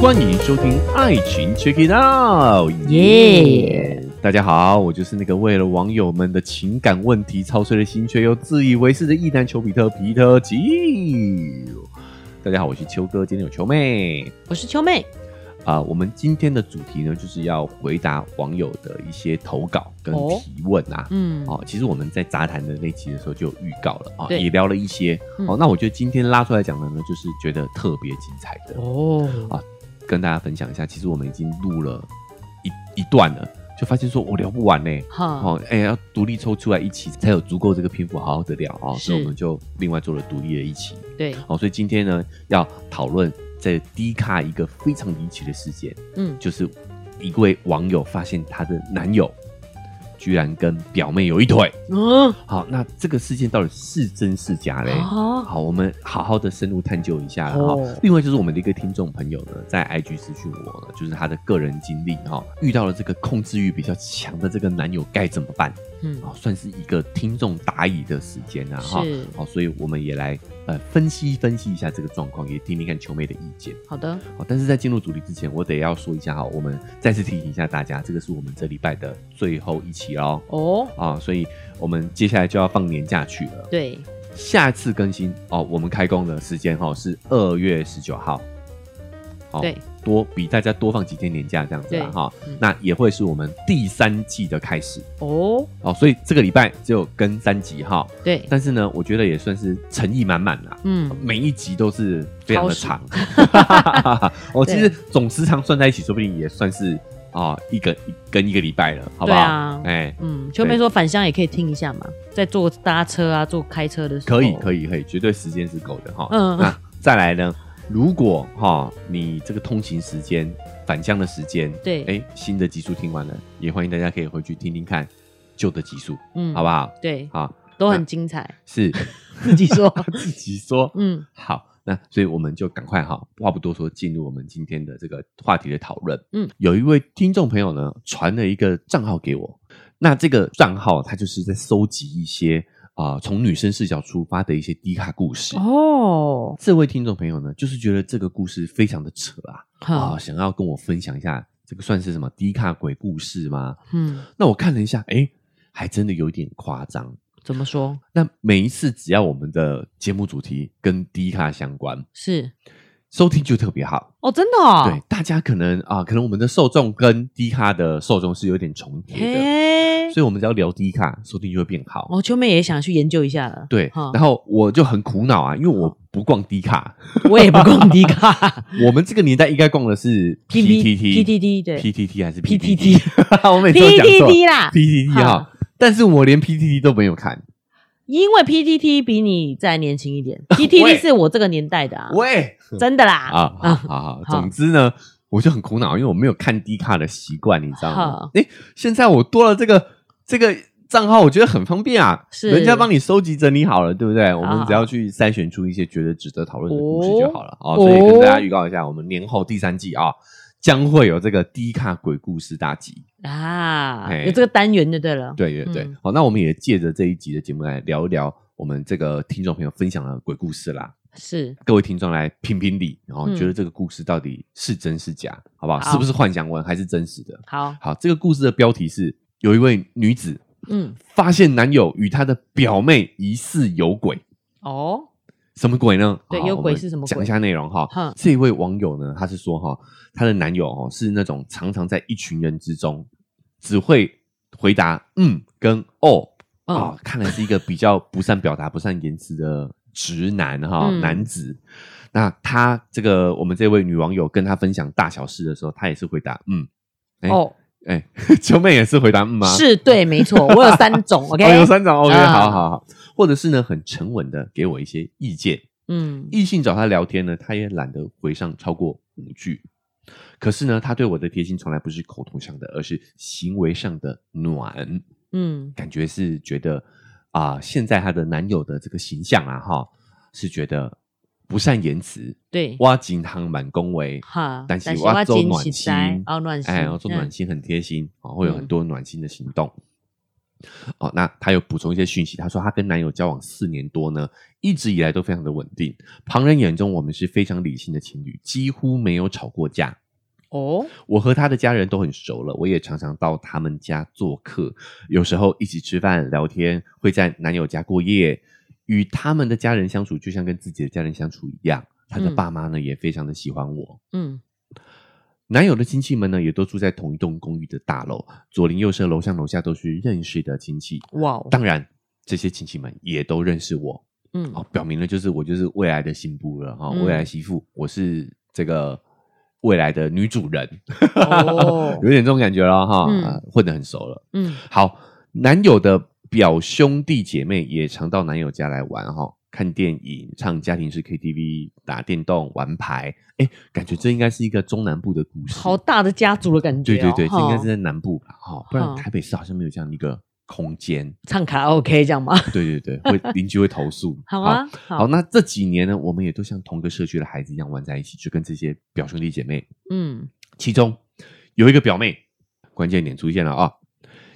欢迎收听《爱情 Check It Out》，耶！大家好，我就是那个为了网友们的情感问题操碎了心却又自以为是的异男丘比特皮特丘。大家好，我是秋哥，今天有秋妹我是秋妹，啊、我们今天的主题呢，就是要回答网友的一些投稿跟哦提问啊。嗯，哦，其实我们在杂谈的那期的时候就有预告了啊、对也聊了一些、嗯哦。那我觉得今天拉出来讲的呢，就是觉得特别精彩的，哦，跟大家分享一下。其实我们已经录了一一段了，就发现说我聊不完呢、哈，哦，哎、要独立抽出来一期才有足够这个篇幅好好的聊哦，所以是我们就另外做了独立的一期。对，哦，所以今天呢，要讨论在低卡一个非常离奇的事件，嗯，就是一位网友发现她的男友居然跟表妹有一腿。嗯，好，那这个事件到底是真是假嘞？啊，好，我们好好的深入探究一下啦。哈、哦另外就是我们的一个听众朋友呢，在 IG 私讯我呢，就是他的个人经历哈、遇到了这个控制欲比较强的这个男友该怎么办？嗯，啊、算是一个听众答疑的时间啊哈。是好、所以我们也来呃分析分析一下这个状况，也听听看球妹的意见。好的，好、但是在进入主题之前，我得要说一下哈、我们再次提醒一下大家，这个是我们这礼拜的最后一期喽。哦，啊，所以我们接下来就要放年假去了。对，下次更新哦，我们开工的时间哈、哦、是二月十九号，哦对，多比大家多放几天年假这样子啦对哈、嗯那也会是我们第三季的开始哦，哦，所以这个礼拜只有更三集哈、对，但是呢，我觉得也算是诚意满满啦。嗯，每一集都是非常的长， 哦，对其实总时长算在一起，说不定也算是啊、哦一个一跟一个礼拜了，好不对好？啊哎、嗯，秋妹说返乡也可以听一下嘛，在坐搭车啊，坐开车的时候，可以，可以，可以，绝对时间是够的哈。哦 嗯那再来呢？如果哈，你这个通勤时间、返乡的时间，对哎，新的集数听完了，也欢迎大家可以回去听听看旧的集数，嗯，好不，好？对，好，都很精彩，是自己 说，自己说，嗯， 好。那所以我们就赶快哈，话不多说，进入我们今天的这个话题的讨论。嗯，有一位听众朋友呢，传了一个账号给我，那这个账号他就是在搜集一些啊、从女生视角出发的一些低卡故事。哦，这位听众朋友呢，就是觉得这个故事非常的扯啊啊、好，想要跟我分享一下，这个算是什么低卡鬼故事吗？嗯，那我看了一下，哎，还真的有点夸张。怎么说？那每一次只要我们的节目主题跟低卡相关，是，收听就特别好。哦，真的哦，对，大家可能啊、可能我们的受众跟低卡的受众是有点重叠嘿的，，所以我们只要聊低卡，收听就会变好。哦，秋妹也想去研究一下了，对哈，哦然后我就很苦恼啊，因为我不逛低卡，我也不逛 迪卡我们这个年代应该逛的是 P T PTT。 T 对 PTT 还是 PTT PTT 我每次都讲错 PTT 啦， PTT 哈哈，啊但是我连 PTT 都没有看。因为 PTT 比你再年轻一点 喂，PTT 是我这个年代的啊，喂，真的啦啊，好好好，总之呢，我就很苦恼，因为我没有看 D 卡的习惯，你知道吗好？哎，现在我多了这个这个账号，我觉得很方便啊，是人家帮你收集整理好了，对不对？我好们好只要去筛选出一些觉得值得讨论的故事哦就好了啊。所以跟哦大家预告一下，我们年后第三季啊，将会有这个 D 卡鬼故事大集。啊嘿，有这个单元就对了，对对对嗯，好，那我们也借着这一集的节目来聊一聊我们这个听众朋友分享的鬼故事啦。是各位听众来评评理，然后嗯觉得这个故事到底是真是假，好不好？好是不是幻想文还是真实的？好，好，这个故事的标题是有一位女子嗯，发现男友与她的表妹疑似有鬼，哦，什么鬼呢？对好有鬼我们是什么鬼讲一下内容哈哼。这一位网友呢，他是说哈，她的男友哦是那种常常在一群人之中只会回答嗯跟哦嗯哦，看来是一个比较不善表达、不善言辞的直男哈、嗯男子。那他这个我们这位女网友跟他分享大小事的时候，他也是回答嗯，哎哦，哎、 秋妹也是回答嗯吗？是对，没错，我有三种，OK，哦，有三种 OK，、啊好好好，或者是呢很沉稳的给我一些意见，嗯，异性找他聊天呢，他也懒得回上超过五句。可是呢，他对我的贴心从来不是口头上的，而是行为上的暖。嗯，感觉是觉得啊、现在她的男友的这个形象啊，哈，是觉得不善言辞，对，挖井汤满恭维，哈但是但是我我做真暖实心在哦暖心哎，我做嗯暖心很贴心啊、哦，会有很多暖心的行动。哦，那她有补充一些讯息，她说她跟男友交往四年多呢，一直以来都非常的稳定。旁人眼中我们是非常理性的情侣，几乎没有吵过架。哦，我和她的家人都很熟了，我也常常到他们家做客，有时候一起吃饭聊天，会在男友家过夜。与他们的家人相处，就像跟自己的家人相处一样。她的嗯爸妈呢，也非常的喜欢我。嗯，男友的亲戚们呢，也都住在同一栋公寓的大楼，左邻右舍、楼上楼下都是认识的亲戚。哇哦，当然，这些亲戚们也都认识我，嗯哦，表明了就是我就是未来的新妇了哈、嗯未来媳妇，我是这个未来的女主人，哦有点这种感觉了哈、嗯啊混得很熟了。 嗯好，男友的表兄弟姐妹也常到男友家来玩哈、看电影、唱家庭式 KTV、打电动、玩牌，哎，感觉这应该是一个中南部的故事，好大的家族的感觉对哦、对对，这应该是哈在南部吧，哈、不然哦台北市好像没有这样的一个空间。唱卡拉 OK 这样吗？对对对， 会邻居会投诉。好啊，好，好，那这几年呢，我们也都像同个社区的孩子一样玩在一起，就跟这些表兄弟姐妹，嗯，其中有一个表妹，关键点出现了啊、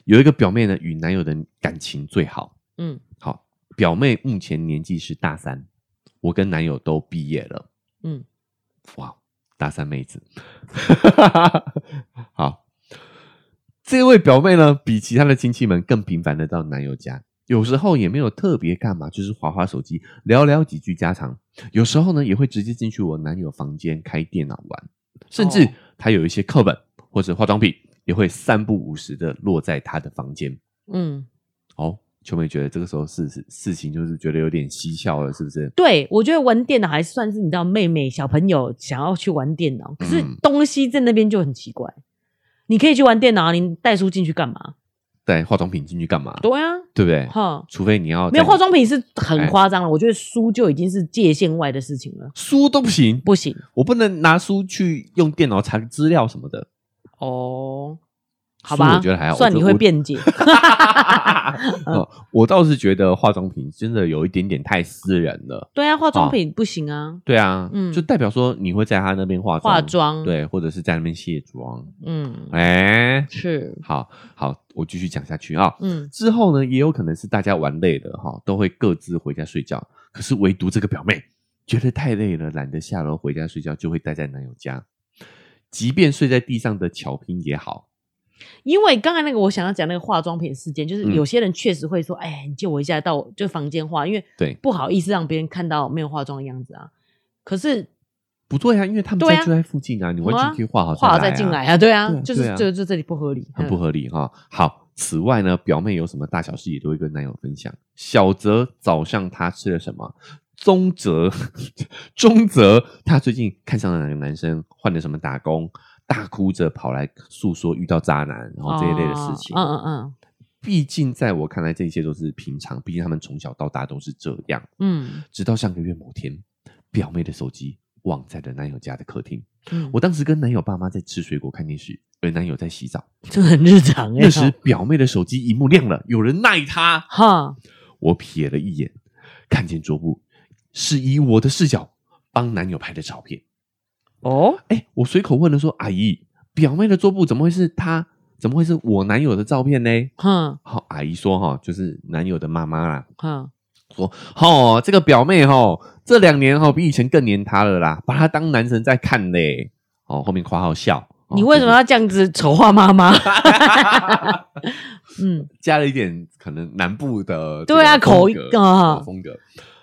有一个表妹呢，与男友的感情最好。嗯好，表妹目前年纪是大三，我跟男友都毕业了。嗯，哇，大三妹子， 好，这位表妹呢，比其他的亲戚们更频繁的到男友家，有时候也没有特别干嘛，就是划划手机，聊聊几句家常，有时候呢也会直接进去我男友房间开电脑玩，甚至哦她有一些课本或者化妆品也会三不五时的落在她的房间。嗯，哦，秋梅觉得这个时候事事事情就是觉得有点蹊跷了，是不是？对，我觉得玩电脑还算是你知道，妹妹小朋友想要去玩电脑，可是嗯东西在那边就很奇怪。你可以去玩电脑啊，你带书进去干嘛？带化妆品进去干嘛？对啊，对不对？哈，除非你要没有在化妆品是很哎夸张了，我觉得书就已经是界限外的事情了，书都不行，不行我不能拿书去用电脑查资料什么的。 哦。好书吧，我觉得还好，算我你就会。辩 解。我哦我倒是觉得化妆品真的有一点点太私人了。对啊，化妆哦品不行啊，对啊，嗯就代表说你会在他那边化妆，化妆，，对，或者是在那边卸妆。嗯，哎、是，好好，我继续讲下去啊、嗯，之后呢，也有可能是大家玩累了哈，都会各自回家睡觉。可是唯独这个表妹觉得太累了，懒得下楼回家睡觉，就会待在男友家，即便睡在地上的巧拼也好。因为刚才那个我想要讲那个化妆品事件，就是嗯有些人确实会说，哎、你借我一下到我就房间化，因为对不好意思让别人看到没有化妆的样子啊。可是不对啊，因为他们对啊家就在附近啊，你完全可以画好、化好再进来，啊，对啊对啊，就对是啊就就这里不合理，很不嗯合理哈、好，此外呢，表妹有什么大小事也都会跟男友分享。小则早上她吃了什么，中则 中则她最近看上了哪个男生，换了什么打工，大哭着跑来诉说遇到渣男，然后这一类的事情。哦嗯嗯毕竟在我看来，这一切都是平常，毕竟他们从小到大都是这样。嗯直到上个月某天，表妹的手机忘在了男友家的客厅。嗯，我当时跟男友爸妈在吃水果、看电视，而男友在洗澡。这很日常哎、那时表妹的手机荧幕亮了，有人赖她。哈，我瞥了一眼，看见桌布是以我的视角帮男友拍的照片。哦，哎，我随口问了说：“阿姨，表妹的桌布怎么会是她？怎么会是我男友的照片呢哼？”好，阿姨说：“哈，就是男友的妈妈啦。哼，说，哦，这个表妹哦，这两年哦比以前更黏她了啦，把她当男神在看嘞。哦，后面括号笑。哦你为什么要这样子丑化妈 妈？嗯，加了一点可能南部的对啊这个风口格啊哦风格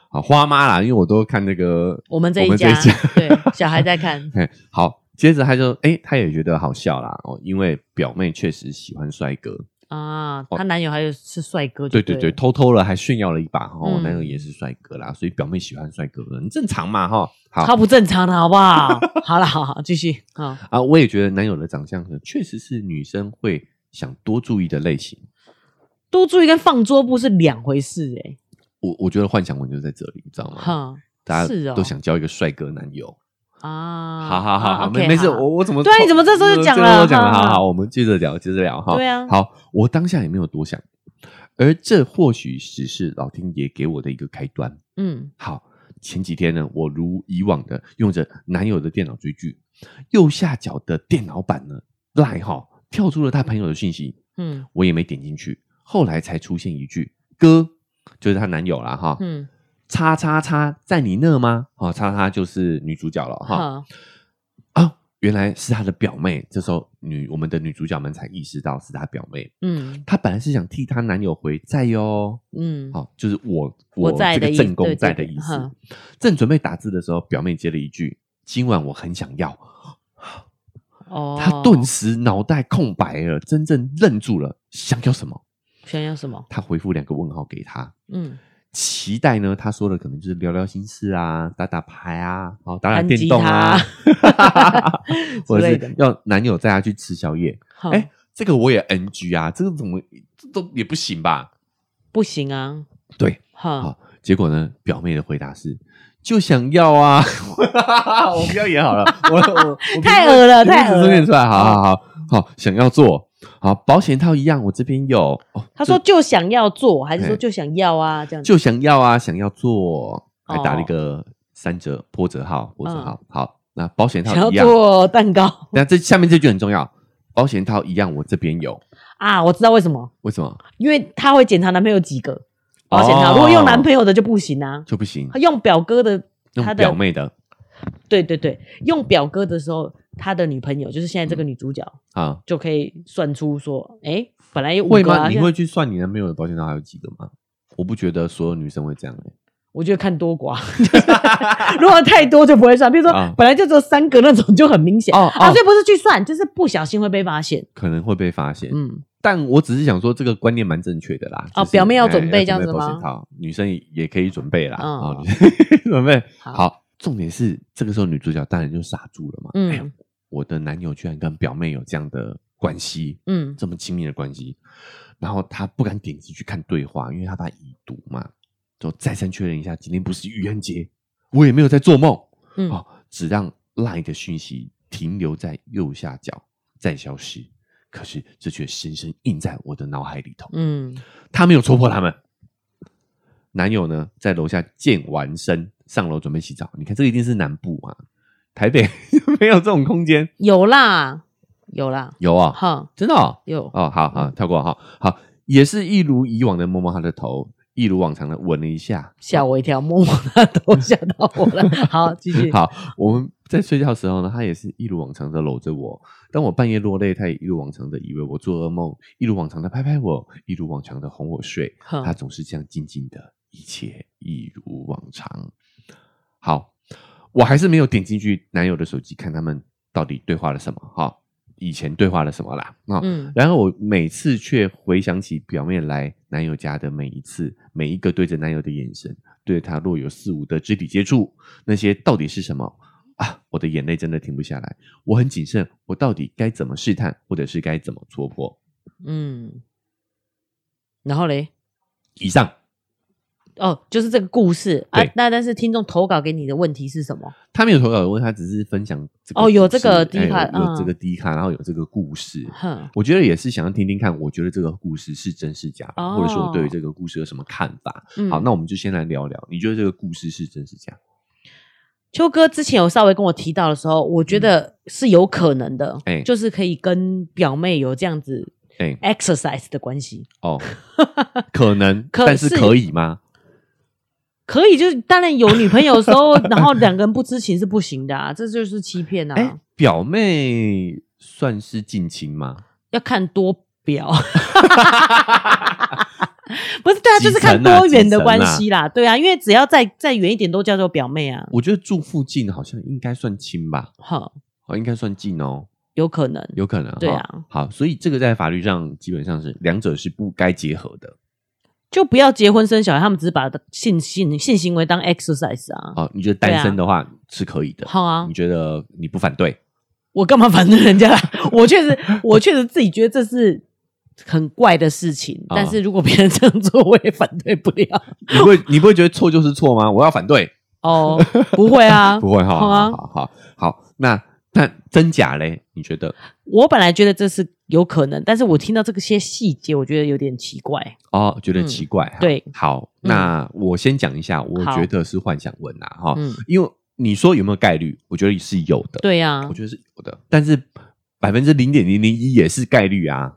啊花妈啦，因为我都看那个我们这我一们这家一家对小孩在看，嘿好，接着他就哎、他也觉得好笑啦哦，因为表妹确实喜欢帅哥， 啊，她男友还有是帅哥就哦对对了对，偷偷了还炫耀了一把哦，我嗯男友也是帅哥啦，所以表妹喜欢帅哥很正常嘛哈、超好不正常的好 不好？好了，好好继续啊。啊，我也觉得男友的长相可能确实是女生会想多注意的类型，多注意跟放桌布是两回事哎、我我觉得幻想文就在这里，你知道吗？哈，大是哦家都想交一个帅哥男友。啊，好好好好，啊没 OK，没事，好我我怎么对啊你怎么这时候就我讲这时候了讲了，哈好好，我们接着聊，接着聊哈。对啊好，我当下也没有多想，而这或许只是老天爷给我的一个开端。嗯好，前几天呢，我如以往的用着男友的电脑追剧，右下角的电脑版呢，赖哈跳出了他朋友的讯息，嗯我也没点进去。后来才出现一句“哥”，就是她男友啦哈。嗯，叉叉叉在你那吗？哦，叉叉就是女主角了哈。好，啊，原来是她的表妹。这时候女我们的女主角们才意识到是她表妹。嗯她本来是想替她男友回在哟，嗯，好、就是我我在这的个意正宫对在的对嗯意对思哼。正准备打字的时候，表妹接了一句：“今晚我很想要。”哦，她顿时脑袋空白了，真正愣住了，想要什么？想要什么？她回复两个问号给他。嗯，期待呢，他说的可能就是聊聊心事啊，打打牌啊，好打打弹电吉动啊他， 或者之类的是要男友带她去吃宵夜。好，哎、这个我也 NG 啊，这个怎么这都也不行吧？不行啊，对，哈，好，结果呢，表妹的回答是就想要啊， 我不要演好了，我我 我太恶了平时太恶了嗯平时念出来，好好好好，想要做好保险套一样，我这边有。哦他说就想要做，还是说哎就想要啊？这样子，就想要啊，想要做，还打了一哦嗯个三折波折号，波折号。好，那保险套想一样。要做蛋糕那这下面这句很重要，保险套一样，我这边有。啊，我知道为什么，为什么因为他会检查男朋友几个保险哦套，如果用男朋友的就不行啊，就不行？用表哥的，他用的表妹的对对对，用表哥的时候，他的女朋友就是现在这个女主角。啊？就可以算出说，哎、本来有五会个、啊，吗？你现在会去算你男朋友的保险套还有几个吗？我不觉得所有女生会这样欸我觉得看多寡， 就是如果太多就不会算。比如说啊本来就只有三个那种就很明显、哦啊，哦所以不是去算，就是不小心会被发现。可能会被发现。嗯，但我只是想说，这个观念蛮正确的啦。哦就是表妹要准备哎这样子吗保险套，女生也可以准备啦。嗯哦，女生也可以准备好好。重点是这个时候女主角当然就傻住了嘛。嗯哎我的男友居然跟表妹有这样的关系，嗯，这么亲密的关系，然后她不敢点进去看对话，因为她怕已读嘛。就再三确认一下，今天不是愚人节，我也没有在做梦。嗯哦，只让 LINE 的讯息停留在右下角，再消失。可是这却深深印在我的脑海里头。嗯，他没有戳破他们。男友呢，在楼下健完身，上楼准备洗澡。你看，这一定是南部啊，台北 没有这种空间。有啦，有啦，有啊、哈，真的哦，有，哦，好好跳过哈、好，也是一如以往的摸摸他的头，一如往常的吻了一下。吓我一跳，摸摸他头，吓到我了。好，继续。好，我们在睡觉的时候呢，他也是一如往常的搂着我。当我半夜落泪，他也一如往常的以为我做噩梦，一如往常的拍拍我，一如往常的哄我睡。哼他总是这样静静的，一切一如往常。好，我还是没有点进去男友的手机看他们到底对话了什么哈、以前对话了什么啦啊、嗯然后我每次却回想起表妹来男友家的每一次，每一个对着男友的眼神，对他若有似无的肢体接触，那些到底是什么啊？我的眼泪真的停不下来。我很谨慎，我到底该怎么试探，或者是该怎么戳破？嗯，然后嘞，以上，哦，就是这个故事啊对。那但是听众投稿给你的问题是什么？他没有投稿的问，他只是分享这个哦有故事这个哎低卡有有这嗯个低卡，然后有这个故事。哼，我觉得也是想要听听看，我觉得这个故事是真是假的，哦或者说我对于这个故事有什么看法。嗯好，那我们就先来聊聊，你觉得这个故事是真是假？秋哥之前有稍微跟我提到的时候，我觉得是有可能的，嗯哎就是可以跟表妹有这样子哎、 exercise 的关系， 哦，可能，可但是是可以吗？可以就是当然有女朋友的时 候，然后两个人不知情是不行的啊，这就是欺骗啊，哎、表妹算是近亲吗？要看多表。 不是对啊，几层啊就是看多远的关系啦，对啊，因为只要再再远一点都叫做表妹啊，我觉得住附近好像应该算亲吧，哈，哦，应该算近哦，有可能，有可能。对啊哦好，所以这个在法律上基本上是两者是不该结合的。就不要结婚生小孩，他们只是把性性性行为当 exercise 啊，哦，你觉得单身的话是可以的，好啊，你觉得你不反对？我干嘛反对人家 啦？我确实，我确实自己觉得这是很怪的事情，啊但是如果别人 这样做，我也反对不了。你不会你不会觉得错就是错吗？我要反对， 哦，不会啊，不会哈，好啊好好好好，那那真假嘞？你觉得？我本来觉得这是有可能，但是我听到这个些细节，我觉得有点奇怪。哦，觉得嗯奇怪哈。对好，嗯那我先讲一下，我好觉得是幻想文啦，哈，嗯，因为你说有没有概率？我觉得是有的，对呀、啊我，觉得是有的，但是百分之零点零零一也是概率啊。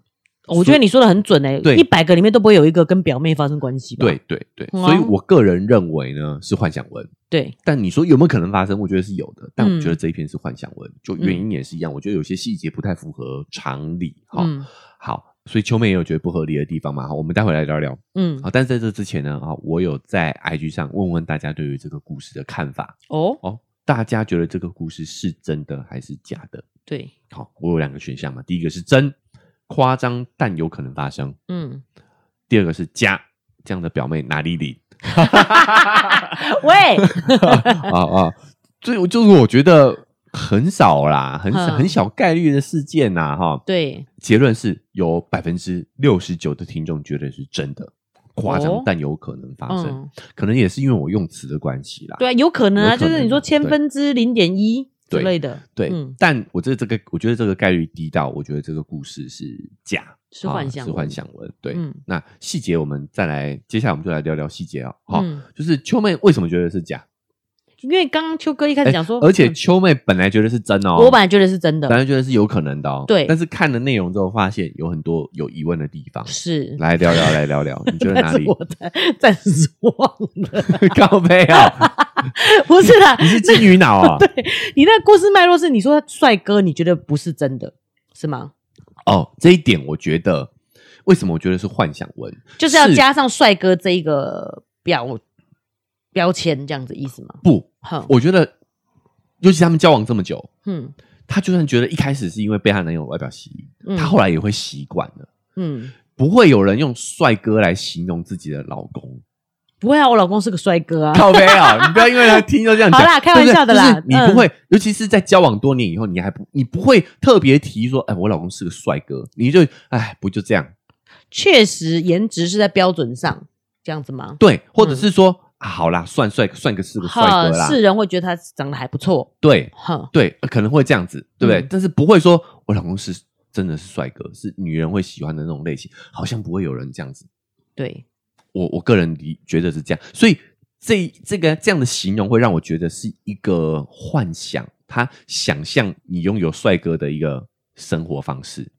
我觉得你说的很准哎、对一百个里面都不会有一个跟表妹发生关系吧？对对对，嗯啊所以我个人认为呢是幻想文。对，但你说有没有可能发生？我觉得是有的，但我嗯觉得这一篇是幻想文，就原因也是一样。我觉得有些细节不太符合常理。哈、嗯好，所以秋妹也有觉得不合理的地方嘛。好，我们待会来聊聊。嗯好，但是在这之前呢，啊，我有在 IG 上问问大家对于这个故事的看法哦，哦，大家觉得这个故事是真的还是假的？对，好，我有两个选项嘛，第一个是真，夸张但有可能发生； 嗯，第二个是假，这样的表妹哪里里？ 喂，啊啊！所以我就是我觉得很少啦，很少嗯很小概率的事件呐、哈。对，结论是有百分之六十九的听众觉得是真的，夸张哦但有可能发生，嗯，可能也是因为我用词的关系啦。对啊，有可能啊，有可就是你说能千分之零点一之对类的，对，嗯，但我这这个，我觉得这个概率低到，我觉得这个故事是假，是啊幻想是文幻想文。对，嗯那细节我们再来，接下来我们就来聊聊细节啊、哦。好、嗯就是秋妹为什么觉得是假？因为刚刚秋哥一开始讲说，哎而且嗯秋妹本来觉得是真哦，我本来觉得是真本的，来觉得是有可能的哦。对但是看了内容之后，发现有很多有疑问的地方。是，来聊聊，来聊 聊，你觉得哪但里是我 的暂时忘了，高配 啊？不是啦，你是金鱼脑 啊？你那故事脉络是你说帅哥，你觉得不是真的，是吗？哦，这一点我觉得，为什么我觉得是幻想文？就是要是加上帅哥这一个标标签，这样子意思吗？不，哼，我觉得，尤其他们交往这么久，嗯她就算觉得一开始是因为被她男友外表吸引，嗯她后来也会习惯了。嗯，不会有人用帅哥来形容自己的老公，不会啊，我老公是个帅哥啊，靠背 啊！你不要因为他听就这样讲，好啦开玩笑的啦就嗯是就是你不会，尤其是在交往多年以后，你还不你不会特别提说，哎，我老公是个帅哥，你就哎不就这样确实颜值是在标准上，这样子吗？对，或者是嗯说、啊好啦，算帅算个是个帅哈哥，啦，世人会觉得他长得还不错，对哈，对，可能会这样子，对不对？嗯但是不会说我老公是真的是帅哥，是女人会喜欢的那种类型，好像不会有人这样子对，我我个人理觉得是这样，所以这这个这样的形容会让我觉得是一个幻想，他想象你拥有帅哥的一个生活方式。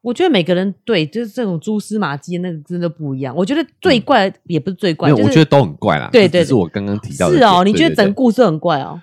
我觉得每个人对就是这种蛛丝马迹，那个真的不一样。我觉得最怪、也不是最嗯没怪，有，就是我觉得都很怪啦。对这对只是我刚刚提到的。是哦。对你觉得整？故事很怪哦？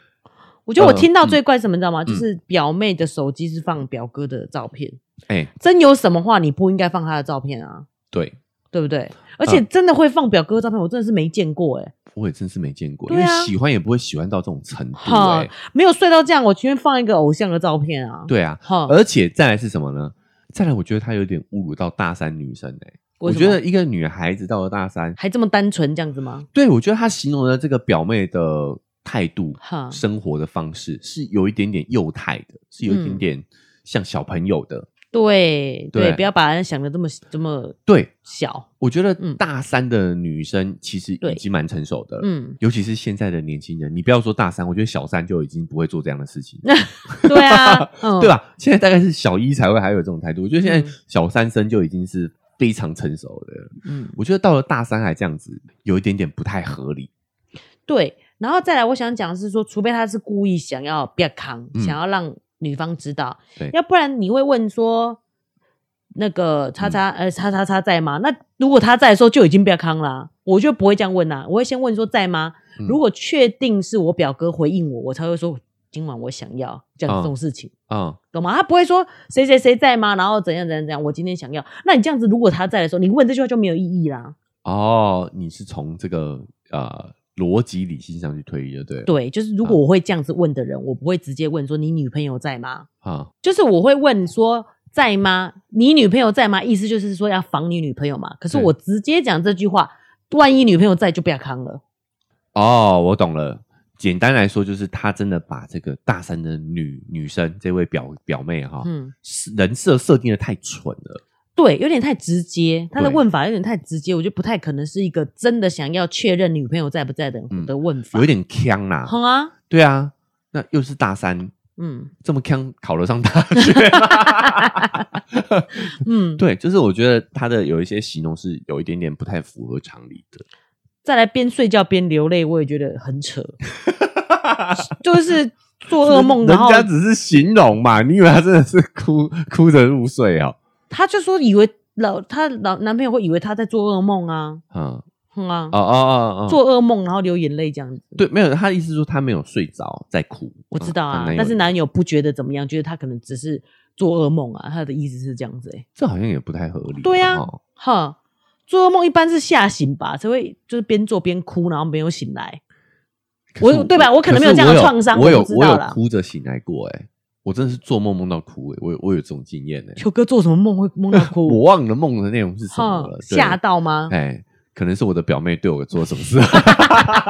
我觉得我呃听到最怪是什么，你知道吗？嗯就是表妹的手机是放表哥的照片，对对哎，真有什么话你不应该放他的照片啊，对，对不对？而嗯且真的会放表哥的照片，我真的是没见过哎、我也真是没见过，因对为啊喜欢也不会喜欢到这种程度。哈哎，没有帅到这样，我情愿放一个偶像的照片啊。，对啊，哈，而且再来是什么呢？再来，我觉得他有点侮辱到大三女生哎。我为什觉么得一个女孩子到了大三，还这么单纯这样子吗？对我觉得她形容的这个表妹的态度哈，生活的方式是有一点点幼态的，嗯是有一点点像小朋友的。对对对，不要把人想的这么这么对，小，我觉得嗯大三的女生其实对已经蛮成熟的了。嗯，尤其是现在的年轻人，你不要说大三，我觉得小三就已经不会做这样的事情， 对啊，嗯、对吧？现在大概是小一才会还有这种态度，我觉得现在嗯小三生就已经是非常成熟的了。嗯，我觉得到了大三还这样子，有一点点不太合理。对。然后再来，我想讲的是说，除非他是故意想要变康，嗯想要让女方知道对，要不然你会问说，那个叉叉、呃叉叉叉在吗？那如果他在的时候就已经变康啦，我就不会这样问啦，我会先问说在吗？嗯如果确定是我表哥回应我，我才会说今晚我想要这样嗯这种事情。嗯，懂吗？他不会说谁谁谁在吗？然后怎样怎样怎样，我今天想要。那你这样子，如果他在的时候，你问这句话就没有意义啦。哦，你是从这个呃逻辑理性上去推理，就对了。对，就是嗯如果我会这样子问的人，我不会直接问说你女朋友在吗？啊，就是我会问说在吗？你女朋友在吗？意思就是说要防你女朋友嘛。可是对我直接讲这句话，万一女朋友在就不要康了。哦，我懂了。简单来说，就是他真的把这个大三的女女生这位表表妹哈、嗯，是人设设定的太蠢了。对，有点太直接，他的对问法有点太直接，我觉得不太可能是一个真的想要确认女朋友在不在的嗯的问法。有一点坑啦、哼啊，对啊，那又是大三，嗯这么坑考得上大 学吗？嗯，对，就是我觉得他的有一些形容是有一点点不太符合常理的。再来边睡觉边流泪，我也觉得 很扯，就是做噩梦，人啊然后 家只是形容嘛，你以为他真的是哭哭着入睡哦？他就说以为老她老男朋友会以为她在做噩梦啊，嗯，嗯啊，哦哦哦哦，做噩梦然后流眼泪这样子。对，没有，他的意思是说他没有睡着，在哭。我知道嗯她啊男，友但是男友不觉得怎么样，觉得她可能只是做噩梦啊，他的意思是这样子哎、这好像也不太合理。对啊哦，哈，做噩梦一般是吓醒吧，才会就是边做边哭，然后没有醒来。可是我对吧我可能没有这样的可是我创伤我我有不知我道有啦哭着醒来过，哎，我真的是做梦梦到哭，哎，我有我有这种经验，哎，秋哥做什么梦会梦到 我哭？忘了梦的内容是什么哈了，，对哦吓，到吗？哎，可能是我的表妹对我做了什么事。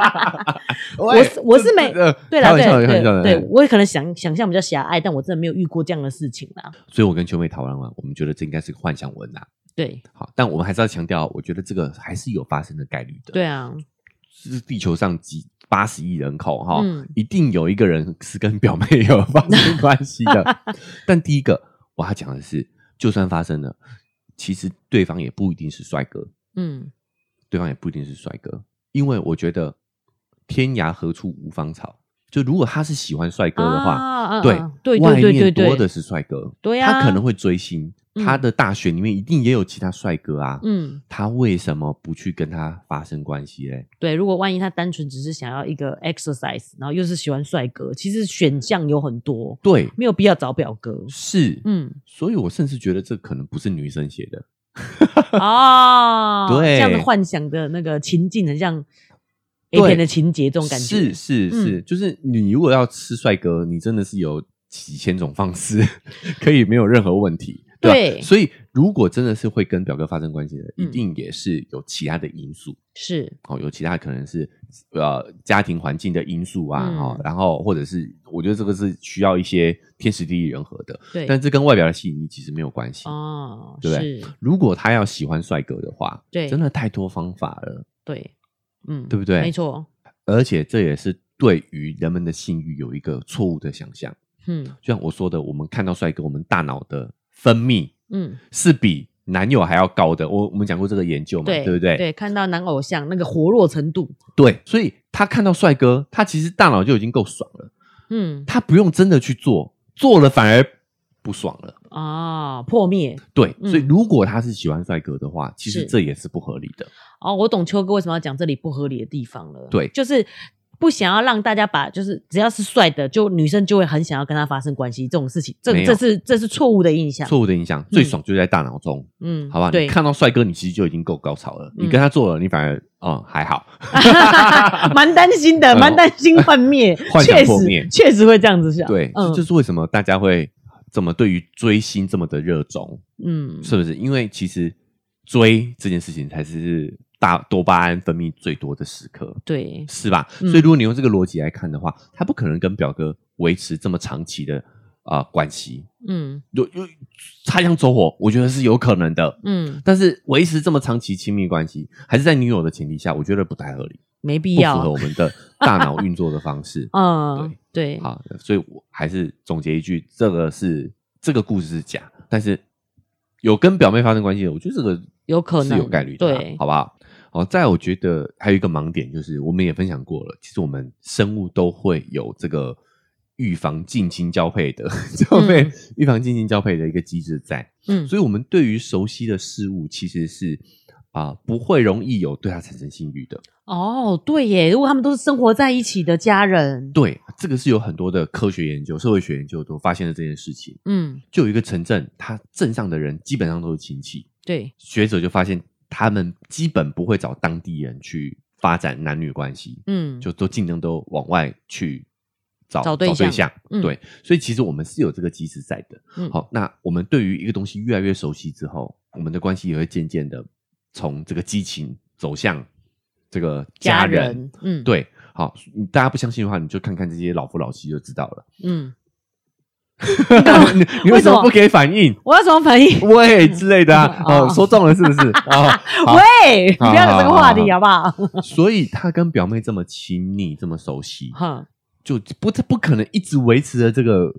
我是我是没呃对开啦，玩对笑的，开玩笑的，哎对对，我也可能想想象比较狭隘，但我真的没有遇过这样的事情啦。所以我跟秋妹讨论完，我们觉得这应该是个幻想文啊。对好，但我们还是要强调，我觉得这个还是有发生的概率的。，对啊，是地球上几八十亿人口哈，嗯一定有一个人是跟表妹有发 生关系的。但第一个我要讲的是，就算发生了，其实对方也不一定是帅哥，嗯，对方也不一定是帅哥，因为我觉得天涯何处无芳草。就如果他是喜欢帅哥的话，啊对啊对外对对对面对多的是帅哥，对啊他可能会追星，嗯他的大学里面一定也有其他帅哥啊，嗯，他为什么不去跟他发生关系嘞？对，如果万一他单纯只是想要一个 exercise，然后又是喜欢帅哥，其实选项有很多，对，没有必要找表哥。是，嗯所以我甚至觉得这可能不是女生写的， 哦，对这样子幻想的那个情境，很像 A 片的情节，这这种感觉是嗯是是，就是你如果要吃帅哥，你真的是有几千种方式可以没有任何问题。吧对所以如果真的是会跟表哥发生关系的，一嗯定也是有其他的因素。是，哦，有其他可能是呃家庭环境的因素啊，嗯哦，然后或者是我觉得这个是需要一些天时地利人和的，对，但这跟外表的吸引力其实没有关系。哦，对不对是，如果他要喜欢帅哥的话，对真的太多方法了，对，嗯，对不对没错，而且这也是对于人们的性欲有一个错误的想象。嗯就像我说的，我们看到帅哥，我们大脑的分泌嗯，是比男友还要高的。我我们讲过这个研究嘛，对，对不对？对，看到男偶像那个活络程度，对，所以他看到帅哥，他其实大脑就已经够爽了。嗯，他不用真的去做，做了反而不爽了。啊，破灭，对，嗯所以如果他是喜欢帅哥的话，其实是这也是不合理的。哦，我懂秋哥为什么要讲这里不合理的地方了。对就是不想要让大家把，就是只要是帅的，就女生就会很想要跟他发生关系这种事情，这没有这是这是错误的印象。错误的影响最爽就在大脑中，嗯，好不好？你啊对，看到帅哥，你其实就已经够高潮了。嗯你跟他做了，你反而嗯还好。蛮担心的，嗯蛮担心幻灭， 幻想确破灭实确实会这样子想。嗯对，这就是为什么大家会这么对于追星这么的热衷，嗯，是不是？因为其实追这件事情才是大多巴胺分泌最多的时刻。对，是吧？嗯所以如果你用这个逻辑来看的话，他不可能跟表哥维持这么长期的啊、呃关系，嗯有有擦枪走火，我觉得是有可能的。嗯，但是维持这么长期亲密关系，还是在女友的前提下，我觉得不太合理，没必不符合要。。我们的大脑运作的方式嗯，对，好，所以我还是总结一句，这个是这个故事是假，但是有跟表妹发生关系的，我觉得这个有可能是有概率的啊、对好不好？好，再我觉得还有一个盲点就是，我们也分享过了，其实我们生物都会有这个预防近亲交配的 交配、嗯预防近亲交配的一个机制在，嗯所以我们对于熟悉的事物其实是啊、不会容易有对它产生性欲的。哦，对耶，如果他们都是生活在一起的家人，对，这个是有很多的科学研究、社会学研究都发现了这件事情。嗯，就有一个城镇，它镇上的人基本上都是亲戚，对，学者就发现他们基本不会找当地人去发展男女关系，嗯，就都尽量都往外去找找对象嗯对，所以其实我们是有这个机制在的。嗯好，那我们对于一个东西越来越熟悉之后，我们的关系也会渐渐的从这个激情走向这个家人。人，嗯，，对，好，你大家不相信的话，你就看看这些老夫老妻就知道 了。 嗯。你你为为什什么么不给反应？我要怎么反应？ 喂之类的啊， 哦哦，说中了是不是？啊，好喂，你好不要有这个话题好好不好？所以他跟表妹这么亲密，这么熟悉，哈，就不他不可能一直维持着这个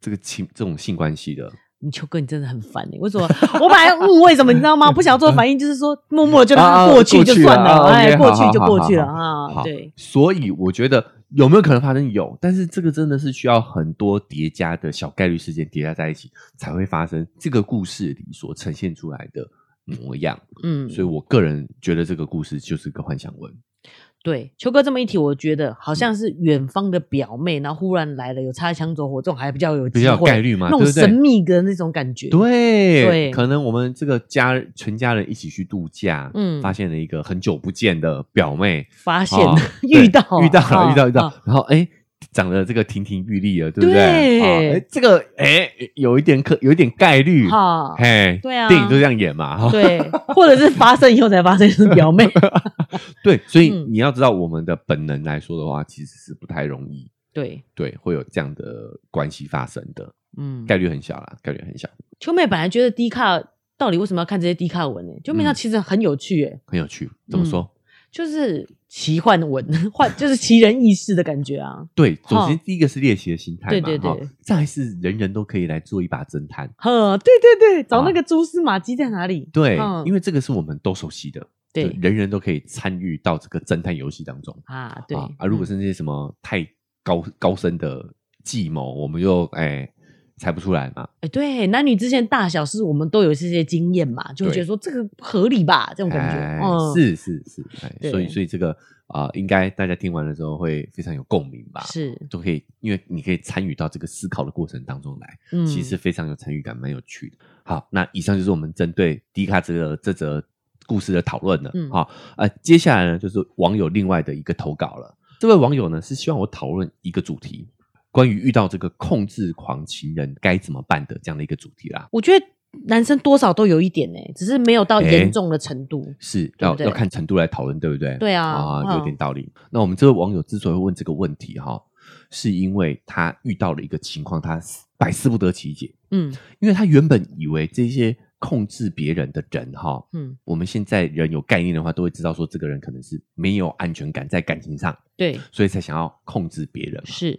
这个情这种性关系的。欸你秋哥，你真的很烦你、为什么？我本来误会什么，你知道吗？不想做反应，就是说默默地就让它啊过去就算过去了啊哎， OK，过去就好好过去了好啊。对，所以我觉得有没有可能发生？有，但是这个真的是需要很多叠加的小概率事件叠加在一起才会发生这个故事里所呈现出来的模样。嗯，所以我个人觉得这个故事就是个幻想文。对，秋哥这么一提，我觉得好像是远方的表妹，然后忽然来了，有擦枪走火这种还比较有比机较有概会，率嘛，那对种不神对？秘的那种感觉。对，对可能我们这个家全家人一起去度假，嗯发现了一个很久不见的表妹，发现、 哦遇到遇到了，啊遇到，遇到啊，然后哎，长得这个亭亭玉立了，对不对对？哦哎，这个哎，有一点可，有一点概率，哈、嘿，哦对啊电影都这样演嘛，哈，对，或者是发生以后才发生是 表妹，对，所以嗯你要知道，我们的本能来说的话，其实是不太容易，对，对，会有这样的关系发生的嗯，概率很小啦，概率很小，秋妹本来觉得低卡到底为什么要看这些低卡文呢、就没嗯想到其实很有趣、欸，很有趣。怎么嗯说？就是奇幻文， 幻就是奇人异事的感觉啊，对，首哈先第一个是猎奇的心态嘛，对对对哈，再来是人人都可以来做一把侦探，呵，对对对，找啊那个蛛丝马迹在哪里？对，嗯因为这个是我们都熟悉的，对就人人都可以参与到这个侦探游戏当中啊，对啊。啊如果是那些什么太高高深的计谋，我们就哎猜不出来嘛，哎，对，男女之间大小事，我们都有这些经验嘛，就会对觉得说这个不合理吧，这种感哎觉。嗯，是是是，哎，对所以所以这个啊、应该大家听完了之后会非常有共鸣吧？是，都可以，因为你可以参与到这个思考的过程当中来。嗯，其实非常有参与感，蛮有趣的。好，那以上就是我们针对迪卡这个这则故事的讨论了。嗯好、呃，接下来呢就是网友另外的一个投稿了。这位网友呢是希望我讨论一个主题，关于遇到这个控制狂情人该怎么办的这样的一个主题啦。我觉得男生多少都有一点呢、只是没有到哎严重的程度。是对要不对要看程度来讨论，对不对？对啊啊，嗯有点道理。那我们这位网友之所以会问这个问题哈、是因为他遇到了一个情况，他百思不得其解，嗯因为他原本以为这些控制别人的人哈、嗯，我们现在人有概念的话，都会知道说这个人可能是没有安全感在感情上，对，所以才想要控制别人嘛。是，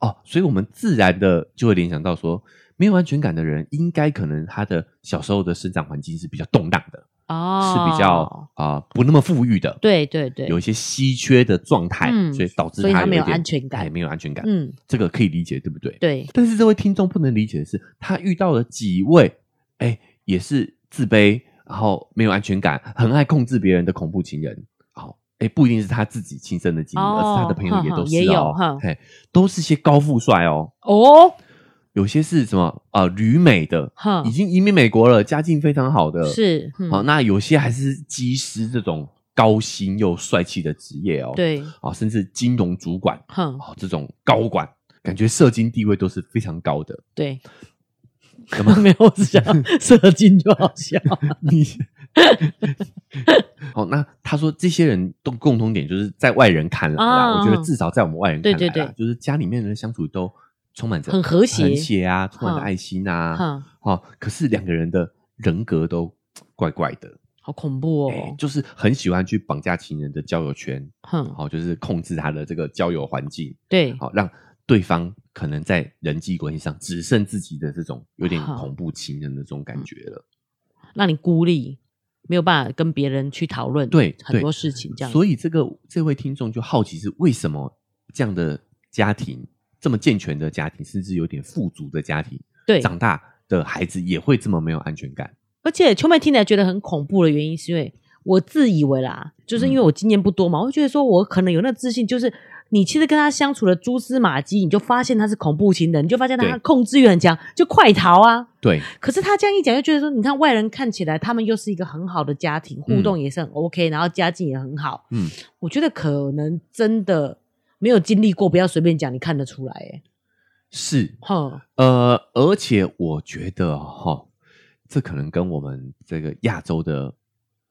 哦，所以我们自然的就会联想到说，没有安全感的人，应该可能他的小时候的生长环境是比较动荡的，哦，是比较啊、不那么富裕的，对对对，有一些稀缺的状态，嗯所以导致所以他有没有一点安全感哎没有安全感，嗯，这个可以理解，对不对？对，但是这位听众不能理解的是，他遇到了几位，哎，也是自卑，然后没有安全感，很爱控制别人的恐怖情人。好，哎，不一定是他自己亲身的经历，哦而是他的朋友也哼哼都也是有哦哼，哎，都是些高富帅哦，哦，有些是什么啊，呃旅美的，哼已经移民美国了，家境非常好的，，是，嗯好，那有些还是技师这种高薪又帅气的职业哦，，对，啊，甚至金融主管，哼，哦，这种高管，感觉社经地位都是非常高的。对，怎么 没有，我只想射精就 好笑。你 好，哦那他说这些人都共同点就是在外人看来啦，啊我觉得至少在我们外人看来啦，对对对就是家里面人相处都充满着很和谐和谐啊，充满着嗯爱心啊，哼，哦，可是两个人的人格都怪怪的，好恐怖哎哦，就是很喜欢去绑架情人的交友圈，哼，好、就是控制他的这个交友环境，对，好、让对方可能在人际关系上只剩自己的这种有点好恐怖情人的这种感觉了。让你孤立，没有办法跟别人去讨论对很多对事情，这样所以这个这位听众就好奇是为什么这样的家庭，这么健全的家庭，甚至有点富足的家庭，对，长大的孩子也会这么没有安全感？而且秋妹听起来觉得很恐怖的原因，是因为我自以为啦，就是嗯因为我经验不多嘛，我会觉得说我可能有那自信，就是你其实跟他相处的蛛丝马迹，你就发现他是恐怖情人，你就发现他对控制欲很强，就快逃啊！对，可是他这样一讲，就觉得说，你看外人看起来他们又是一个很好的家庭，互动也是很 OK，、然后家境也很好，嗯，我觉得可能真的没有经历过，不要随便讲，你看得出来、欸，是，哼，呃，而且我觉得哦哈、这可能跟我们这个亚洲的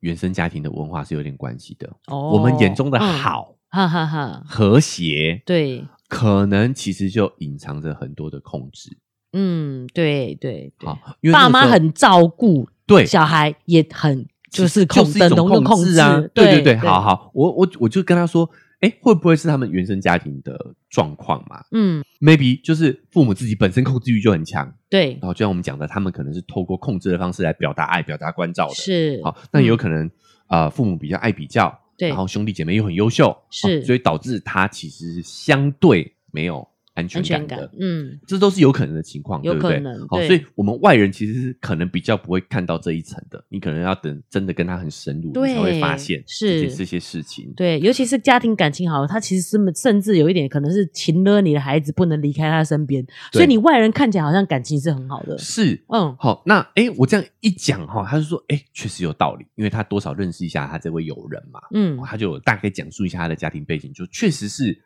原生家庭的文化是有点关系的。哦，我们眼中的嗯，好、哈哈哈，和谐，对，可能其实就隐藏着很多的控制。嗯，对对对。好，因为爸那个妈时候很照顾对小孩，也很就是控就是一等同种的控制啊，对对对，好，好，我我我就跟他说，哎，会不会是他们原生家庭的状况嘛嗯， ？Maybe 就是父母自己本身控制欲就很强，对然，后就像我们讲的，他们可能是透过控制的方式来表达爱、表达关照的。是，好，那也有嗯可能啊、呃父母比较爱比较，对然后兄弟姐妹又很优秀，哦是所以导致他其实是相对没有安全安全感感的。，嗯，这都是有可能的情况，有对不对可能好，对所以我们外人其实是可能比较不会看到这一层的，你可能要等真的跟他很深入，对你才会发现是这些这些事情。对，尤其是家庭感情好，他其实是甚至有一点可能是情勒你的孩子不能离开他身边，所以你外人看起来好像感情是很好的，是嗯，好，那诶，我这样一讲哈，他就说诶，确实有道理，因为他多少认识一下他这位友人嘛，嗯他就有大概讲述一下他的家庭背景，就确实是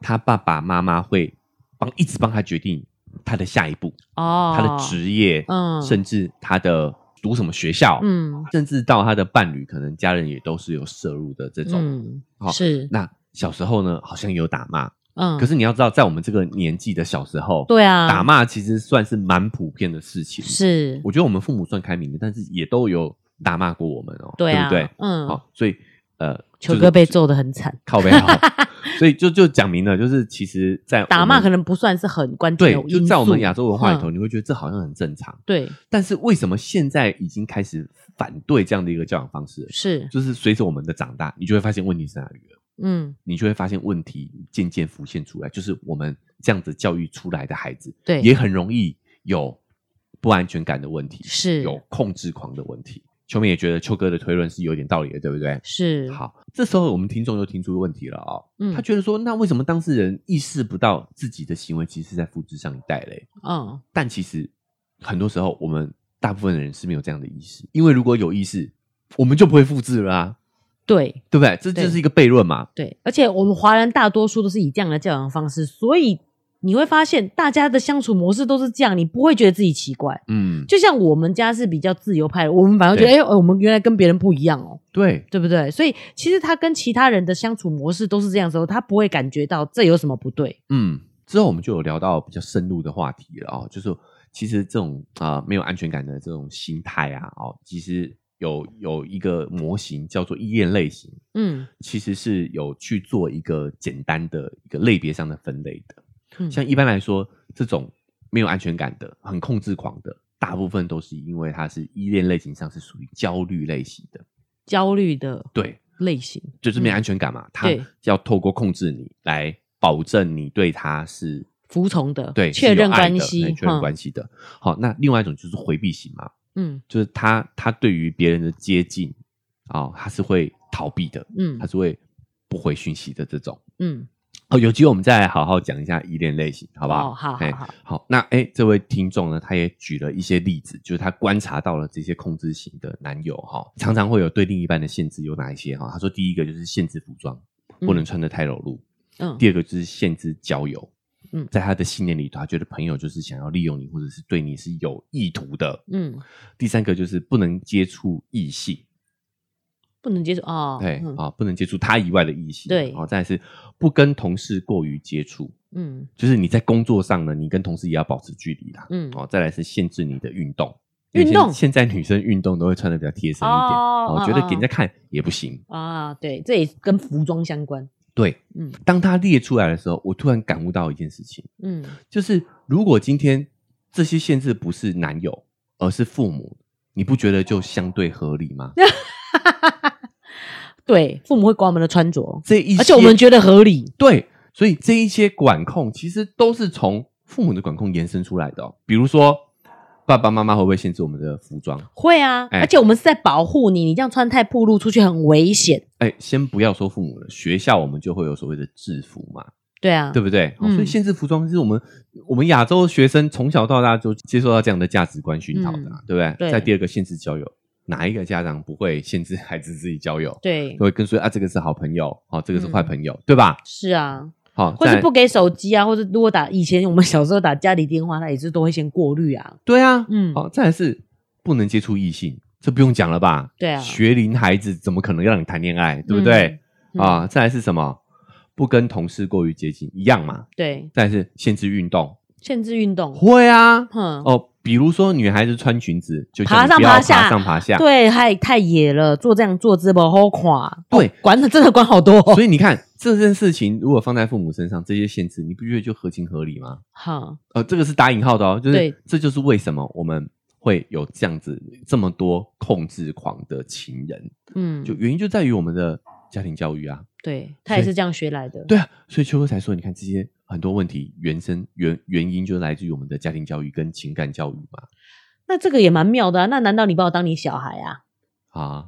他爸爸妈妈会帮一直帮他决定他的下一步，哦，他的职业，嗯甚至他的读什么学校，嗯甚至到他的伴侣，可能家人也都是有摄入的这种。嗯好是那小时候呢，好像有打骂，嗯，可是你要知道，在我们这个年纪的小时候，对啊，打骂其实算是蛮普遍的事情。是，我觉得我们父母算开明的，但是也都有打骂过我们哦，对啊，不对？嗯，好，所以呃，球就是哥被揍的很惨，靠 背好，所以就就讲明了，就是其实，在我打们骂可能不算是很关键对的，因素，嗯就在我们亚洲文化里头，你会觉得这好像很正常，对，但是为什么现在已经开始反对这样的一个教养方式了？是，就是随着我们的长大，你就会发现问题在哪里了，嗯，你就会发现问题渐渐浮现出来，就是我们这样子教育出来的孩子，对，也很容易有不安全感的问题，是有控制狂的问题。球迷也觉得秋哥的推论是有点道理的，对不对？是，好，这时候我们听众就听出问题了哦，嗯他觉得说，那为什么当事人意识不到自己的行为其实是在复制上一代嘞？嗯，但其实很多时候，我们大部分的人是没有这样的意识，因为如果有意识，我们就不会复制了啊，对对不对？这对就是一个悖论嘛。对，而且我们华人大多数都是以这样的教养方式，所以你会发现大家的相处模式都是这样，你不会觉得自己奇怪。嗯，就像我们家是比较自由派的，我们反而觉得，哎、对呃我们原来跟别人不一样哦，对，对不对？所以其实他跟其他人的相处模式都是这样的时候，他不会感觉到这有什么不对。嗯，之后我们就有聊到比较深入的话题了哦，就是其实这种啊、呃没有安全感的这种心态啊，哦，其实有有一个模型叫做依恋类型，嗯其实是有去做一个简单的一个类别上的分类的。嗯，像一般来说，这种没有安全感的、很控制狂的，大部分都是因为他是依恋类型上是属于焦虑类型的。焦虑的对，类型，就是没安全感嘛，他嗯对要透过控制你来保证你对他是服从的，对确认关是有爱系，的对确认系，关系的。好，那另外一种就是回避型嘛，嗯就是他他对于别人的接近啊、哦，他是会逃避的，嗯他是会不回讯息的这种。嗯，哦，有机会我们再好好讲一下依恋类型，好不好？哦好好哎好那哎、这位听众呢，他也举了一些例子，就是他观察到了这些控制型的男友哈、常常会有对另一半的限制有哪一些哈、他说第一个就是限制服装，不能穿的太裸露；嗯第二个就是限制交友，嗯在他的信念里头，他觉得朋友就是想要利用你，或者是对你是有意图的；嗯，第三个就是不能接触异性，不能接受哦，对啊、嗯不能接触他以外的异性，对好、再来是不跟同事过于接触。嗯就是你在工作上呢，你跟同事也要保持距离啦。嗯哦，再来是限制你的运动，运动因为现现在女生运动都会穿的比较贴身一点，哦哦，觉得嗯给人家看也不行。啊，对，这也跟服装相关，对，嗯当他列出来的时候，我突然感悟到一件事情，嗯就是如果今天这些限制不是男友，而是父母，你不觉得就相对合理 吗？对，父母会管我们的穿着，这一些而且我们觉得合理，对，所以这一些管控其实都是从父母的管控延伸出来的、哦，比如说。爸爸妈妈会不会限制我们的服装？会啊，哎而且我们是在保护你，你这样穿太暴露出去很危险，哎，先不要说父母了，学校我们就会有所谓的制服嘛，对啊，对不对？哦嗯所以限制服装是我们我们亚洲学生从小到大就接受到这样的价值观熏陶的、啊，对不对？嗯对再第二个，限制交友，哪一个家长不会限制孩子自己交友？对都，会跟说啊，这个是好朋友，哦，这个是坏朋友，对吧？是啊，好、嗯或再是来不给手机啊，或者如果打以前我们小时候打家里电话，他也是都会先过滤啊，对啊，嗯好、再来是不能接触异性，这不用讲了吧？对啊学龄孩子怎么可能让你谈恋爱，对不对？嗯啊，再来是什么？不跟同事过于接近，一样嘛。对，再来是限制运动，限制运动，会啊，哼，哦，比如说女孩子穿裙子就叫爬你上不要爬爬下上爬下，对，太太野了，做这样坐姿不好垮，对哦管的真的管好多哦，所以你看这件事情如果放在父母身上，这些限制你不觉得就合情合理吗？哈，呃，这个是打引号的哦，就对是这就是为什么我们会有这样子这么多控制狂的情人，嗯，就原因就在于我们的家庭教育啊，对他也所以是这样学来的。对啊，所以秋哥才说，你看这些很多问题原生原原因就是来自于我们的家庭教育跟情感教育嘛。那这个也蛮妙的啊。那难道你把我当你小孩啊？啊，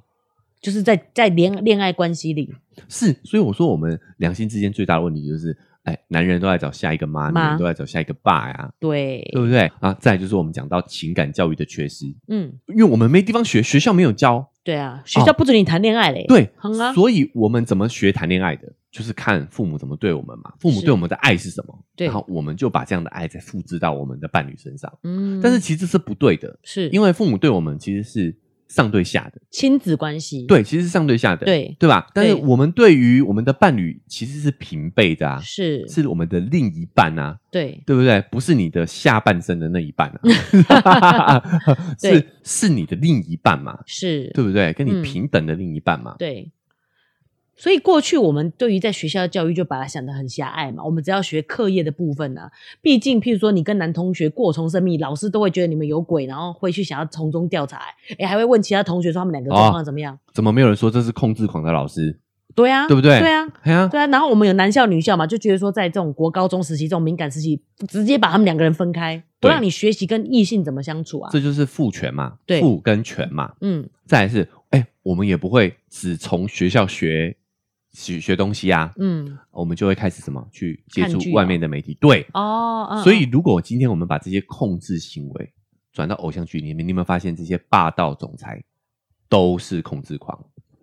就是在在恋恋爱关系里，是，所以我说我们两性之间最大的问题就是，哎，男人都在找下一个妈，女妈人都在找下一个爸呀、对，对不对啊？再来就是我们讲到情感教育的缺失，嗯，因为我们没地方学，学校没有教，对啊，学校不准你谈恋爱嘞，哦对，哼啊，所以我们怎么学谈恋爱的，就是看父母怎么对我们嘛，父母是对我们的爱是什么，对然后我们就把这样的爱再复制到我们的伴侣身上，嗯，但是其实是不对的，是因为为父母对我们其实是上对下的，亲子关系，对，其实是上对下的，对对吧？但是对我们对于我们的伴侣其实是平辈的啊，是是我们的另一半啊，对对不对？不是你的下半身的那一半啊， 是 对是你的另一半嘛，是，对不对？跟你嗯平等的另一半嘛，对。所以过去我们对于在学校的教育就把它想得很狭隘嘛，我们只要学课业的部分啊。毕竟，譬如说你跟男同学过从甚密，老师都会觉得你们有鬼，然后会去想要从中调查、欸，哎，还会问其他同学说他们两个状哦况怎么样。怎么没有人说这是控制狂的老师？对啊，对不对对啊，哎呀，对啊。然后我们有男校女校嘛，就觉得说在这种国高中时期这种敏感时期，直接把他们两个人分开，不对让你学习跟异性怎么相处啊。这就是父权嘛，对父跟权嘛。嗯，再来是，哎，我们也不会只从学校学学学东西啊，嗯，我们就会开始什么去接看剧触啊外面的媒体。对，哦，嗯所以如果今天我们把这些控制行为转到偶像剧里面，你有没有发现这些霸道总裁都是控制狂，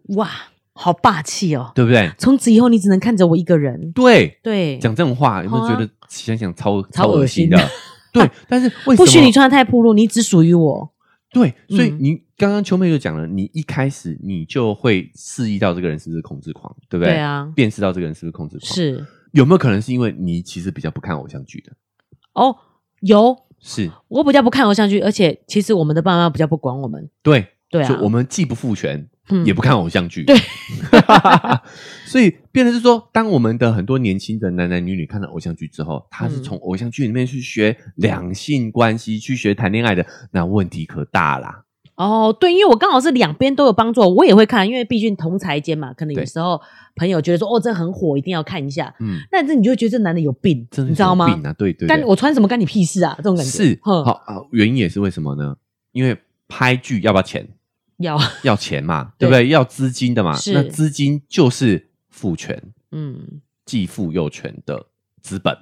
嗯哇，好霸气哦！对不对？从此以后你只能看着我一个人。对，对，讲这种话有没有觉得想想超啊超恶恶心心的？ 对，但是为什么哦不许你穿的太暴露，你只属于我。对，所以嗯你刚刚秋妹就讲了，你一开始你就会示意到这个人是不是控制狂，对不对？对啊辨识到这个人是不是控制狂，是有没有可能是因为你其实比较不看偶像剧的？哦，有是我比较不看偶像剧，而且其实我们的爸妈比较不管我们，对，对啊就我们既不父权，嗯也不看偶像剧，对， 所以变成是说，当我们的很多年轻的男男女女看了偶像剧之后，他是嗯从偶像剧里面去学两性关系，去学谈恋爱的，那问题可大啦。哦，对，因为我刚好是两边都有帮助，我也会看，因为毕竟同才间嘛，可能对有时候朋友觉得说哦这很火，一定要看一下，嗯，但是你就会觉得这男的有病，真的你知道吗？是有病啊，对对对干我穿什么干你屁事啊？这种感觉是哼好啊，原因也是为什么呢？因为拍剧要不要钱？要要钱嘛，对对不对？要资金的嘛，是那资金就是父权、嗯，继父幼权的资本。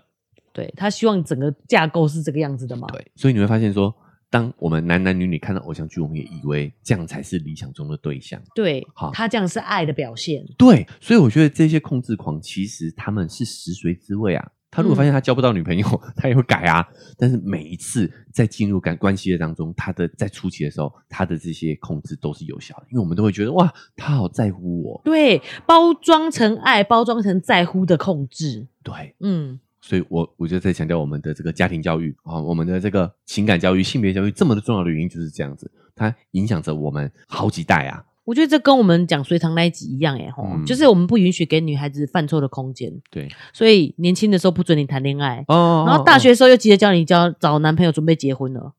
对他希望整个架构是这个样子的嘛？对，所以你会发现说，当我们男男女女看到偶像剧，我们也以为这样才是理想中的对象。对好，他这样是爱的表现，对，所以我觉得这些控制狂其实他们是食髓知味啊。他如果发现他交不到女朋友，他也会改啊。但是每一次在进入感关系的当中，他的在初期的时候，他的这些控制都是有效的，因为我们都会觉得哇，他好在乎我。对，包装成爱，包装成在乎的控制，对，嗯，所以我我就在强调我们的这个家庭教育啊，我们的这个情感教育、性别教育这么的重要的原因就是这样子，它影响着我们好几代啊。我觉得这跟我们讲隋唐那一集一样，哎吼，嗯就是我们不允许给女孩子犯错的空间，对，所以年轻的时候不准你谈恋爱，哦然后大学的时候又急着叫你交找男朋友，准备结婚了，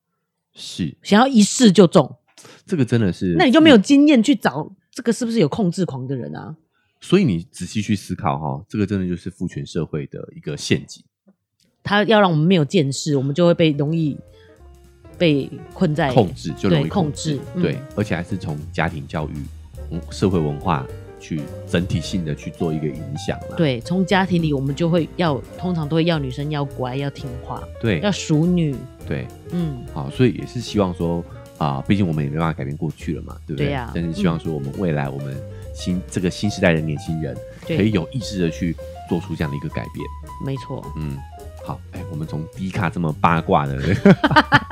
是想要一试就中，这个真的是，那你就没有经验去找这个是不是有控制狂的人啊？所以你仔细去思考哈、这个真的就是父权社会的一个陷阱。他要让我们没有见识，我们就会被容易被困在控制就容易对制控制，嗯对，而且还是从家庭教育、嗯社会文化去整体性的去做一个影响啦。对，从家庭里我们就会要，通常都会要女生要乖、要听话、要对淑女，对，嗯，好，所以也是希望说啊、毕竟我们也没办法改变过去了嘛，对不对？对啊呀但是希望说我们未来我们新这个新时代的年轻人可对以有意识的去做出这样的一个改变。没错，嗯，好，哎、我们从低卡这么八卦的，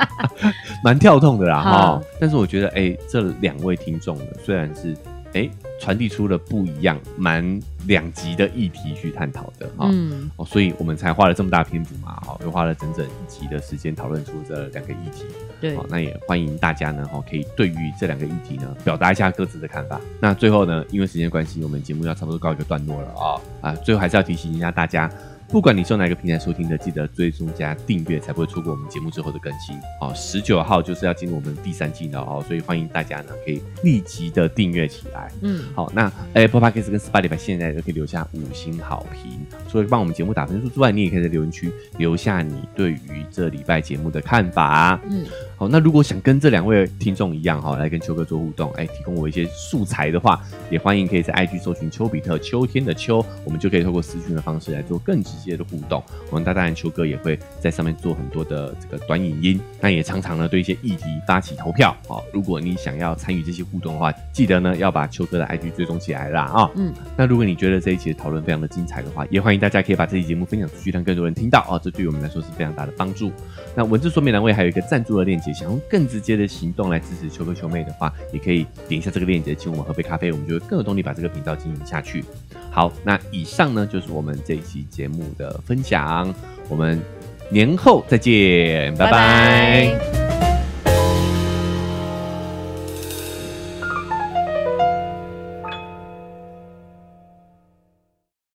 蛮跳痛的啦哈好。但是我觉得，哎、这两位听众呢，虽然是哎、传递出了不一样、蛮两极的议题去探讨的哈。嗯，哦，所以我们才花了这么大篇幅嘛，哦，又花了整整一集的时间讨论出这两个议题，对好、，那也欢迎大家呢，哦，可以对于这两个议题呢，表达一下各自的看法。那最后呢，因为时间关系，我们节目要差不多告一个段落了啊、啊，最后还是要提醒一下大家，不管你是用哪个平台收听的，记得追踪加订阅，才不会错过我们节目之后的更新。好，十九号就是要进入我们第三季了哦，所以欢迎大家呢可以立即的订阅起来。嗯，好，那 Apple Podcast 跟 Spotify 现在都可以留下五星好评。除了帮我们节目打分数之外，你也可以在留言区留下你对于这礼拜节目的看法。啊嗯，好，那如果想跟这两位听众一样哈、来跟秋哥做互动，哎，提供我一些素材的话，也欢迎可以在 IG 搜寻丘比特秋天的秋，我们就可以透过私讯的方式来做更直接的互动。我们大当然秋哥也会在上面做很多的这个短影音，那也常常呢对一些议题发起投票哦。如果你想要参与这些互动的话，记得呢要把秋哥的 IG 追踪起来啦啊、嗯，那如果你觉得这一期的讨论非常的精彩的话，也欢迎大家可以把这期节目分享出去，让更多人听到啊、哦，这对于我们来说是非常大的帮助。那文字说明栏位还有一个赞助的链接，想用更直接的行动来支持秋哥秋妹的话，也可以点一下这个链接，请我们喝杯咖啡，我们就会更有动力把这个频道经营下去。好，那以上呢就是我们这一期节目的分享，我们年后再见，拜拜拜拜